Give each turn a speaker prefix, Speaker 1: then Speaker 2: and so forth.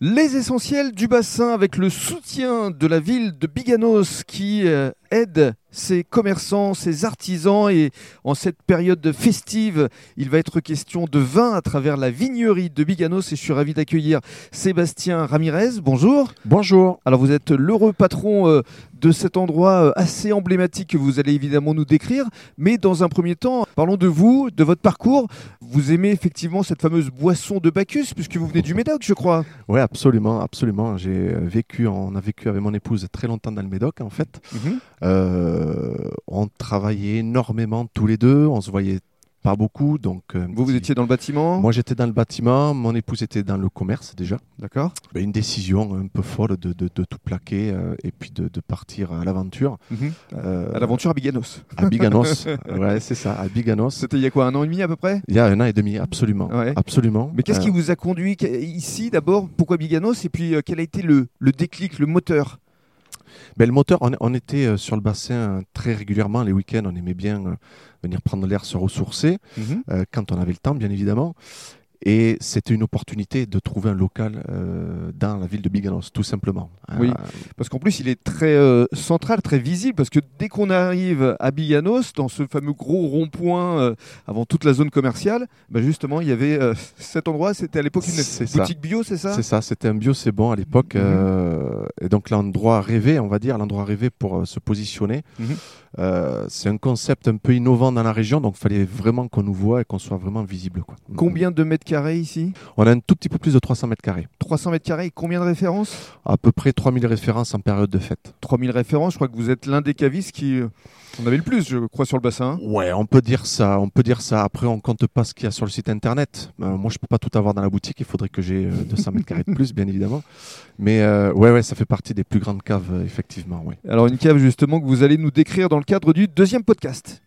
Speaker 1: Les essentiels du bassin avec le soutien de la ville de Biganos qui euh, aide ses commerçants, ses artisans et en cette période festive, il va être question de vin à travers la vignerie de Biganos et je suis ravi d'accueillir Sébastien Ramirez. Bonjour.
Speaker 2: Bonjour.
Speaker 1: Alors vous êtes l'heureux patron euh, de cet endroit euh, assez emblématique que vous allez évidemment nous décrire, mais dans un premier temps, parlons de vous, de votre parcours. Vous aimez effectivement cette fameuse boisson de Bacchus puisque vous venez du Médoc, je crois.
Speaker 2: Oui, absolument, absolument. J'ai euh, vécu, on a vécu avec mon épouse très longtemps dans le Médoc, en fait. Euh, on travaillait énormément tous les deux, on se voyait pas beaucoup, donc. euh,
Speaker 1: Vous vous
Speaker 2: si-
Speaker 1: étiez dans le bâtiment,
Speaker 2: Moi, j'étais dans le bâtiment, mon épouse était dans le commerce déjà.
Speaker 1: d'accord
Speaker 2: Ben, Une décision un peu folle de, de- de tout plaquer euh, et puis de, de partir à l'aventure. Euh,
Speaker 1: À l'aventure à Biganos.
Speaker 2: à Biganos. ouais, c'est ça, à Biganos.
Speaker 1: C'était il y a quoi, un an et demi à peu près
Speaker 2: Il y a un an et demi, absolument.
Speaker 1: Ouais.
Speaker 2: Absolument.
Speaker 1: Mais qu'est-ce
Speaker 2: Euh,
Speaker 1: qui vous a conduit qu- ici d'abord Pourquoi Biganos Et puis euh, quel a été le, le déclic, le moteur
Speaker 2: Ben, le moteur, on, on était euh, sur le bassin euh, très régulièrement les week-ends. On aimait bien euh, venir prendre l'air, se ressourcer euh, quand on avait le temps, bien évidemment. Et c'était une opportunité de trouver un local euh, dans la ville de Biganos, tout simplement.
Speaker 1: Oui.
Speaker 2: Euh,
Speaker 1: Parce qu'en plus, il est très euh, central, très visible, parce que dès qu'on arrive à Biganos, dans ce fameux gros rond-point euh, avant toute la zone commerciale, bah, justement, il y avait euh, cet endroit, c'était à l'époque une
Speaker 2: C'est ça.
Speaker 1: boutique bio, c'est ça
Speaker 2: c'est ça, c'était un bio, c'est bon à l'époque.
Speaker 1: Mhm.
Speaker 2: euh, et donc l'endroit rêvé, on va dire, l'endroit rêvé pour euh, se positionner.
Speaker 1: Mhm.
Speaker 2: Euh, c'est un concept un peu innovant dans la région, donc il fallait vraiment qu'on nous voit et qu'on soit vraiment visible. Quoi.
Speaker 1: Combien de mètres carrés ici
Speaker 2: On a un tout petit peu plus de 300 mètres carrés.
Speaker 1: 300 mètres carrés, combien de références
Speaker 2: à peu près 3000 références en période de fête.
Speaker 1: 3000 références, je crois que vous êtes l'un des cavistes qui euh, en avait le plus, je crois, sur le bassin.
Speaker 2: Ouais, on peut dire ça, on peut dire ça. Après, on compte pas ce qu'il y a sur le site internet. Euh, moi, je peux pas tout avoir dans la boutique. Il faudrait que j'ai euh, 200 mètres carrés de plus, bien évidemment. Mais euh, ouais, ouais, ça fait partie des plus grandes caves, euh, effectivement. Ouais.
Speaker 1: Alors une cave justement que vous allez nous décrire dans le cadre du deuxième podcast.